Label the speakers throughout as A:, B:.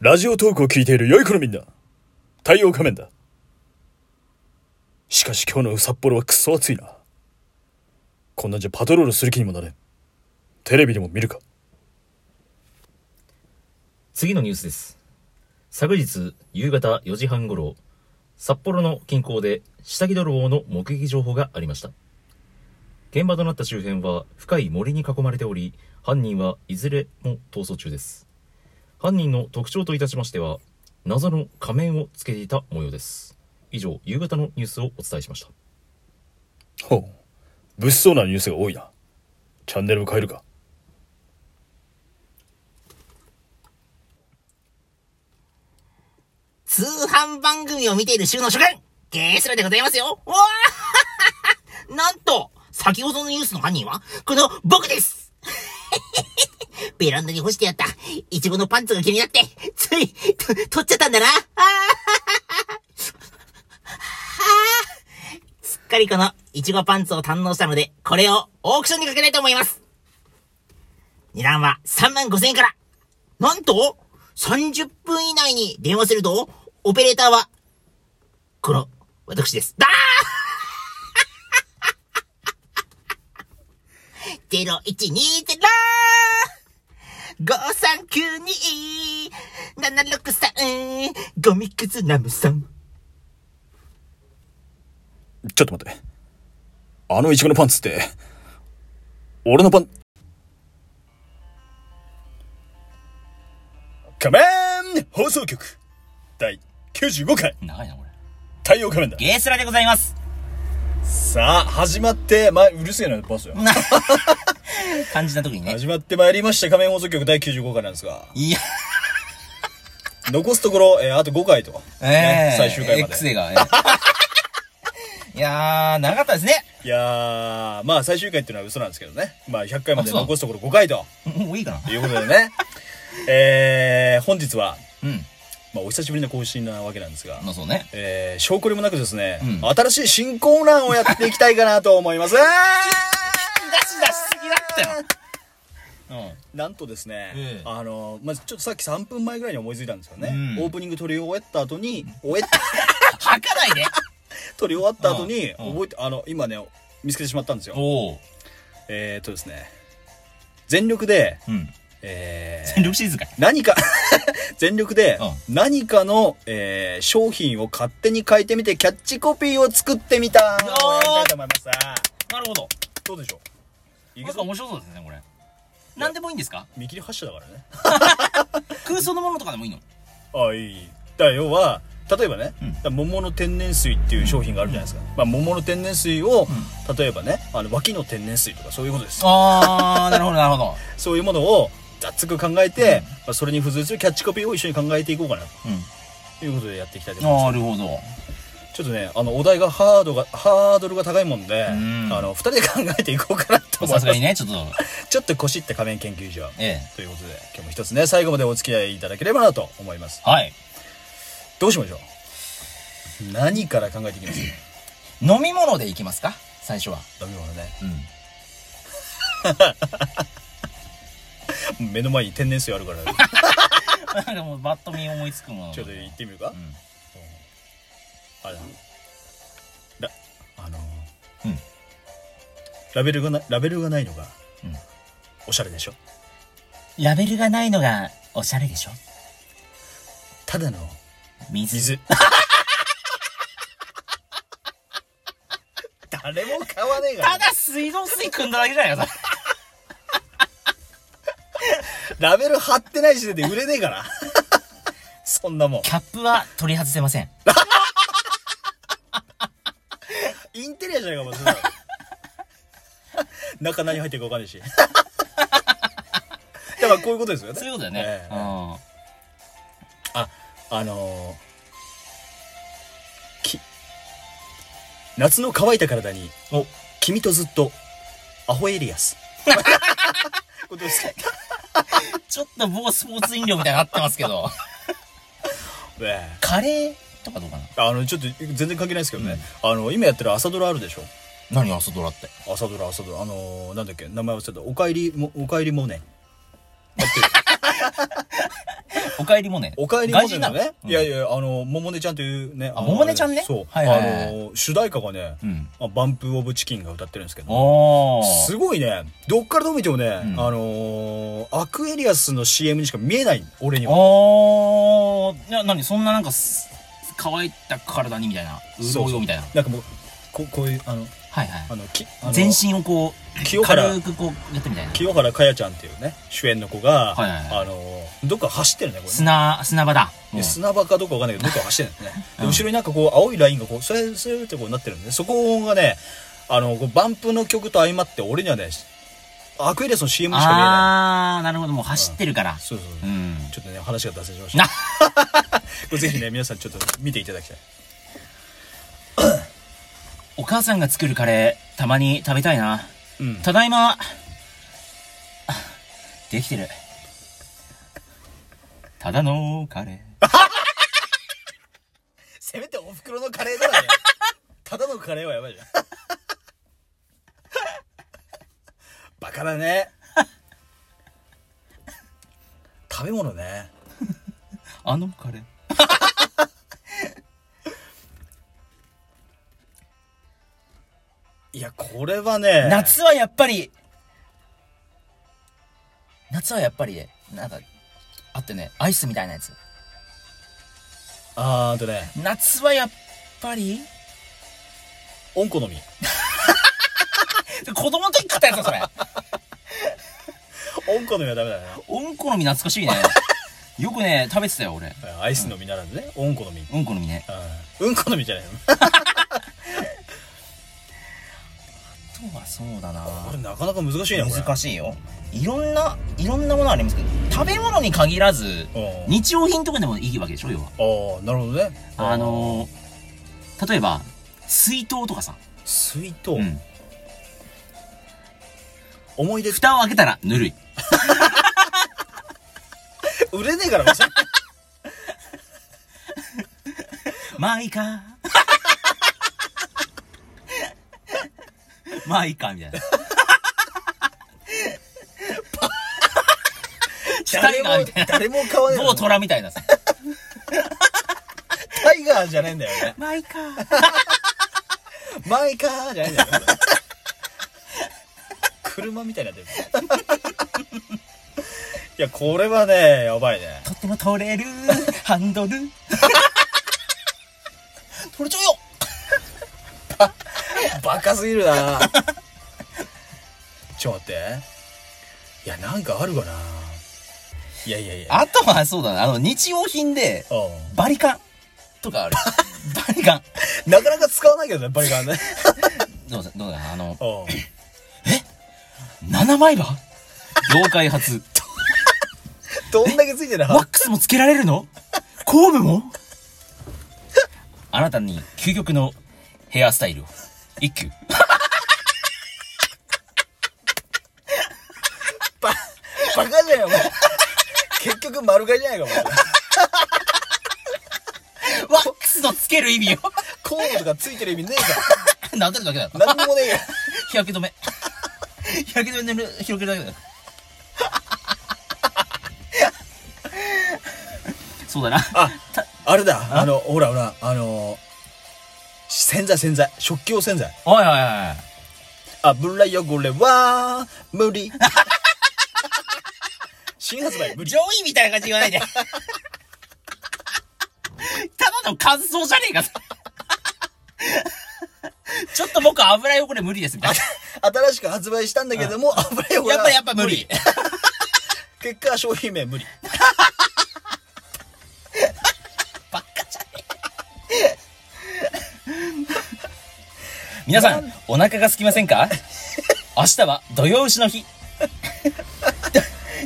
A: ラジオトークを聞いている良い子のみんな太陽仮面だしかし今日の札幌はクソ暑いなこんなんじゃパトロールする気にもなれんテレビでも見るか
B: 次のニュースです昨日夕方4時半頃札幌の近郊で下着泥棒の目撃情報がありました現場となった周辺は深い森に囲まれており犯人はいずれも逃走中です犯人の特徴といたしましては謎の仮面をつけていた模様です以上夕方のニュースをお伝えしました
A: ほう物騒なニュースが多いなチャンネルを変えるか
C: 通販番組を見ている週の主君ゲスラでございますよおわなんと先ほどのニュースの犯人は、この僕ですベランダに干してあった、イチゴのパンツが気になって、つい、と、取っちゃったんだなあーあーすっかりこの、イチゴパンツを堪能したので、これをオークションにかけたいと思います値段は3万5千円からなんと、30分以内に電話すると、オペレーターは、この、私です。だー !0120! 5392-763ゴミクズナムさん。
A: ちょっと待ってあのイチゴのパンツって俺のパン仮面放送局第95回
B: 長いなこれ
A: 太陽仮面だ
C: ゲースラでございます。
A: さあ始まってまうるせえなバスよ
C: 肝心な時に ね。
A: 始まってまいりました仮面放送局第95回なんですが
C: いや、
A: 残すところ、えーあと5回と、ね最終回まで
C: X 映画。ええ いやー、長かったですね。
A: いやーまあ最終回っていうのは嘘なんですけどねまあ100回まで
C: あそう
A: 残すところ5回と
C: もういいかな。
A: いうことでねえー、本日は、
C: うん。
A: まあ、お久しぶりの更新なわけなん ですが、
C: まあそうね。
A: えー、証拠りもなくですね、
C: うん
A: 新しい新コーナーをやっていきたいかなと思います
C: 出し出しすぎだったよ。
A: なんとですね、
C: ええ
A: あのまずちょっとさっき3分前ぐらいに思いついたんですよね、
C: うん
A: オープニング撮り終えた 後に終え
C: 吐かないで。
A: 撮り終わった後に
C: うんうん
A: 覚えてあの今ね見つけてしまったんですよ
C: おお。
A: えー、っとですね全力で、
C: うん。
A: え ー
C: 全力シリーズかい。
A: 何 か全力で
C: う
A: 何かの、えー商品を勝手に変えてみてキャッチコピーを作ってみたやり
C: おー
A: たいと思います
C: なるほど。
A: どうでしょうい
C: な
A: け
C: んか
A: そう
C: 面白そうですね、これ。なんでもいいんですか
A: 見切り発車だからね
C: 空想のものとかでもいいの
A: ああいいだから要は例えばね、
C: うん
A: だから桃の天然水っていう商品があるじゃないですか、まあ、桃の天然水を、例えばねあの脇の天然水とかそういうことです
C: あー、なるほど、なるほど。
A: そういうものを雑く考えて、まあ、それに付随するキャッチコピーを一緒に考えていこうかな
C: う
A: ということでやっていきたいと思います
C: ん。なるほど。
A: ちょっとね、あの、お題がハードが、ハードルが高いもんで、
C: ん
A: あの、二人で考えていこうかなと思い
C: さ
A: ますす。
C: がにね、ちょっと、
A: ちょっとこしった仮面研究所。
C: ええ。
A: ということで、今日も一つね、最後までお付き合いいただければなと思います。
C: はい。
A: どうしましょう何から考えていき ます
C: 飲み物でいきますか最初は。
A: 飲み物ね。
C: うん。
A: 目の前に天然水ある から、
C: なんかもう、バッと見思いつくもの。
A: ちょっと行ってみるか
C: う。ん。
A: あれだ。ラ、あのー
C: うん
A: ラベルがな、ラベルがないのが、
C: うん
A: おしゃれでしょ
C: ラベルがないのが、おしゃれでしょ
A: ただの
C: 水。
A: 水。 誰も買わねえから
C: た。だ水道水汲んだだけじゃないか、そ
A: ラベル貼ってない時点で売れねえから。 そんなもん
C: れ。キャップは取り外せません。
A: インテリアじゃないかもしれない。 中何入ってるかわかんないし。だ からこういうことですよね。
C: そういうことだよね
A: え。えあ、あのーき、夏の乾いた体に、
C: うん。お、
A: 君とずっと、アホエリア ス。これどうです か
C: ちょっと某スポーツ飲料みたいになってます けど。
A: ええ
C: カレーとかどうかな
A: あの、ちょっと全然関係ないですけどね。あの、今やってる朝ドラあるでしょ
C: 何朝ドラって。
A: 朝ドラ、朝ドラ。あのー、なんだっけ、名前忘れた。おかえりも、おかえりもね。
B: お帰りもね。
A: お帰りも
B: 外人
A: なの
B: なの
A: ね
B: ね。。
A: いやいや、あの、ももねちゃんというね。あの
B: ももねちゃんね
A: そう。あ
B: はいはいはい
A: の、主題歌がね
B: うん、
A: まあバンプ・オブ・チキンが歌ってるんですけど、
B: おー。
A: すごいね、どっからどう見てもね、
B: ん
A: あのー、アクエリアスの CM にしか見えない、俺には。
B: おー。いや、なに、そんななんかす、乾いた体にみたいな。う
A: そう
B: ろうろみたいな。
A: なんかもう、ここういう、あの、
B: はいは
A: あ
B: い。
A: の、きあの
B: 全身をこ
A: 清
B: う、
A: 原
B: 軽くこう、やってみたいな。
A: 清原かやちゃんっていうね、主演の子が、
B: はいはいは
A: あのー、どっか走ってるね、これね。
B: 砂、砂場だ。もう
A: で砂場かどうかわかんないけど、どっか走ってるんですね。で
B: うん
A: 後ろになんかこ う、青いラインがこう、それ、それってこうなってるんで、そこがね、あの、こうバンプの曲と相まって、俺にはね、アクエリアスの CM しか見えな
B: あー、なるほど。もう走ってるから
A: い。。そうそう
B: う
A: そう。
B: ん。
A: ちょっとね、話が脱線しました。
B: な
A: こ、れぜひね、皆さんちょっと見ていただきたい。
B: お母さんが作るカレー、たまに食べたいな。
A: うん。
B: ただいま。あできてる。ただのカレー。
A: せめてお袋のカレーだね。 ただのカレーはやばいじゃ ん。バカだね。食べ物ね。
B: あのカレー。
A: いや、これはね。
B: 夏はやっぱり、夏はやっぱりね、なんか、あってね、アイスみたいなやつ。
A: あーあとね。
B: 夏はやっぱり、
A: おんこのみ。
B: 子供の時食ったやつだ、それ。
A: おんこのみはダメだね。
B: うんこの実懐かしいね。よくね、食べてたよ、俺。
A: アイスのみならずね。おんこのみ。
B: うんこの実ね。
A: うん。うんこのみじゃないの。
B: あとはそうだな
A: これなかなか難しいね、これ。
B: 難しいよいろんないろんなものありますけど食べ物に限らず
A: うん
B: 日用品とかでもいいわけでしょ要は
A: ああ、なるほどね。
B: あのー例えば水筒とかさ、
A: 水筒。
B: うん、
A: 思い出、
B: 蓋を開けたらぬるい
A: 売れねえから、もうそれ
B: マイカ ーまあいいかみたいなしたいなみたいな
A: 誰も買わねえ
B: 某虎みたいなさ
A: タイガーじゃねえんだよね。
B: マイカー
A: マイカーじゃないんだよ。車みたいになってる。いや、これはね、やばいね。
B: とっても取れるハンドル 取れちゃうよ
A: バカすぎるなちょっと待って。いや、なんかあるかな。いやいやいや。
B: あとはそうだな、あの、日用品で、
A: う
B: バリカンとかある。 バリカン。
A: んなかなか使わないけどね、バリカンね。
B: どうだ、どうだな、あの、
A: うん
B: 7枚刃業界初。
A: どんだけついてる
B: ワックスもつけられるの工部もあなたに究極のヘアスタイルを。一 級。
A: ババカじゃんよ、お前。結局丸買いじゃないか、お前。
B: ワックスのつける意 味よ。
A: コードとかついてる意味ねえか
B: なでるだけだよ。
A: ら。なんにもねえよ。
B: 日焼け止め。 日焼け止め塗る、広げるだけだよ。そうだな。
A: あ、あれだ。あの、ほらほら、あの、洗剤洗剤。食器用洗剤。
B: おいおいおいおい。
A: 油汚れは、無 理。新発売、無理。
B: 上位みたいな感じ言わ ないで。ただの感想じゃねえかさ。ちょっと僕油汚れ無理ですみたい
A: 新しく発売したんだけども、油汚
B: な。
A: れ
B: やっ
A: は
B: ぱりやっぱ無理。。
A: 結果、商品名 無理。
B: バカじゃねえ。皆さん、お腹が空きませんか明日は土曜牛の 日。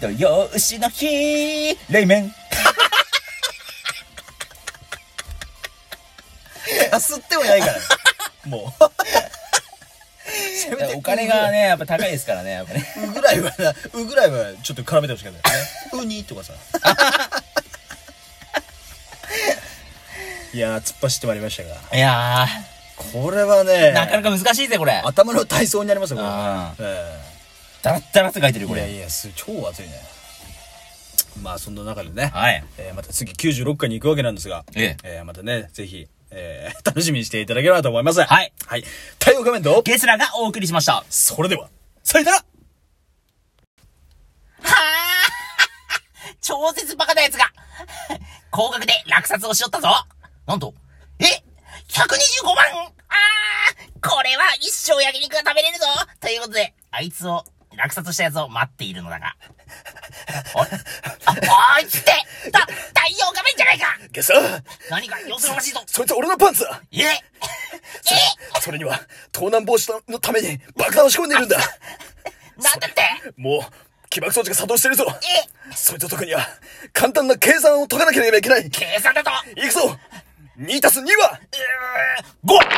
B: 土曜牛の日、冷麺。
A: やすってもない からね。もう。 せめて
B: お金がね、やっぱ高いですからね、やっぱね。
A: うぐらいはな、うぐらいはちょっと絡めてほしかったよ ね。うにとかさ。いやー、突っ走ってまいりましたが。
B: いや
A: これは
B: ー、
A: ね、
B: なかなか難しいぜ、これ。
A: 頭の体操になりますよ、これ。
B: あ
A: え
B: ダラッダラって書いてる
A: え
B: こ
A: いや
B: れ
A: いや、す超熱いね。
D: まあそんな中でね、
B: はい
D: えーまた次96回に行くわけなんですが、
B: え
D: えーまたね、ぜひ、え ー楽しみにしていただければと思います。
B: はい。
D: はい。太陽仮面と、
B: ゲスラがお送りしました。
D: それでは、さよなら
C: 超絶バカな奴が、 高額で落札をしよったぞ。なんと、え ?125 万あーこれは一生焼肉が食べれるぞということで、あいつを、落札したやつを待っているのだ が。あれあ、あいつって、た、太陽画面じゃないか
A: ゲスだ
C: 何か様子がおかしいぞ
A: そいつ俺のパンツだ
C: ええ
A: それには盗難防止のために爆弾を仕込んでいるんだ
C: なんだって
A: もう起爆装置が作動してるぞ
C: え
A: そいつのとこには簡単な計算を解かなければいけない
C: 計算だと
A: 行くぞ !2 たす2は
C: うー5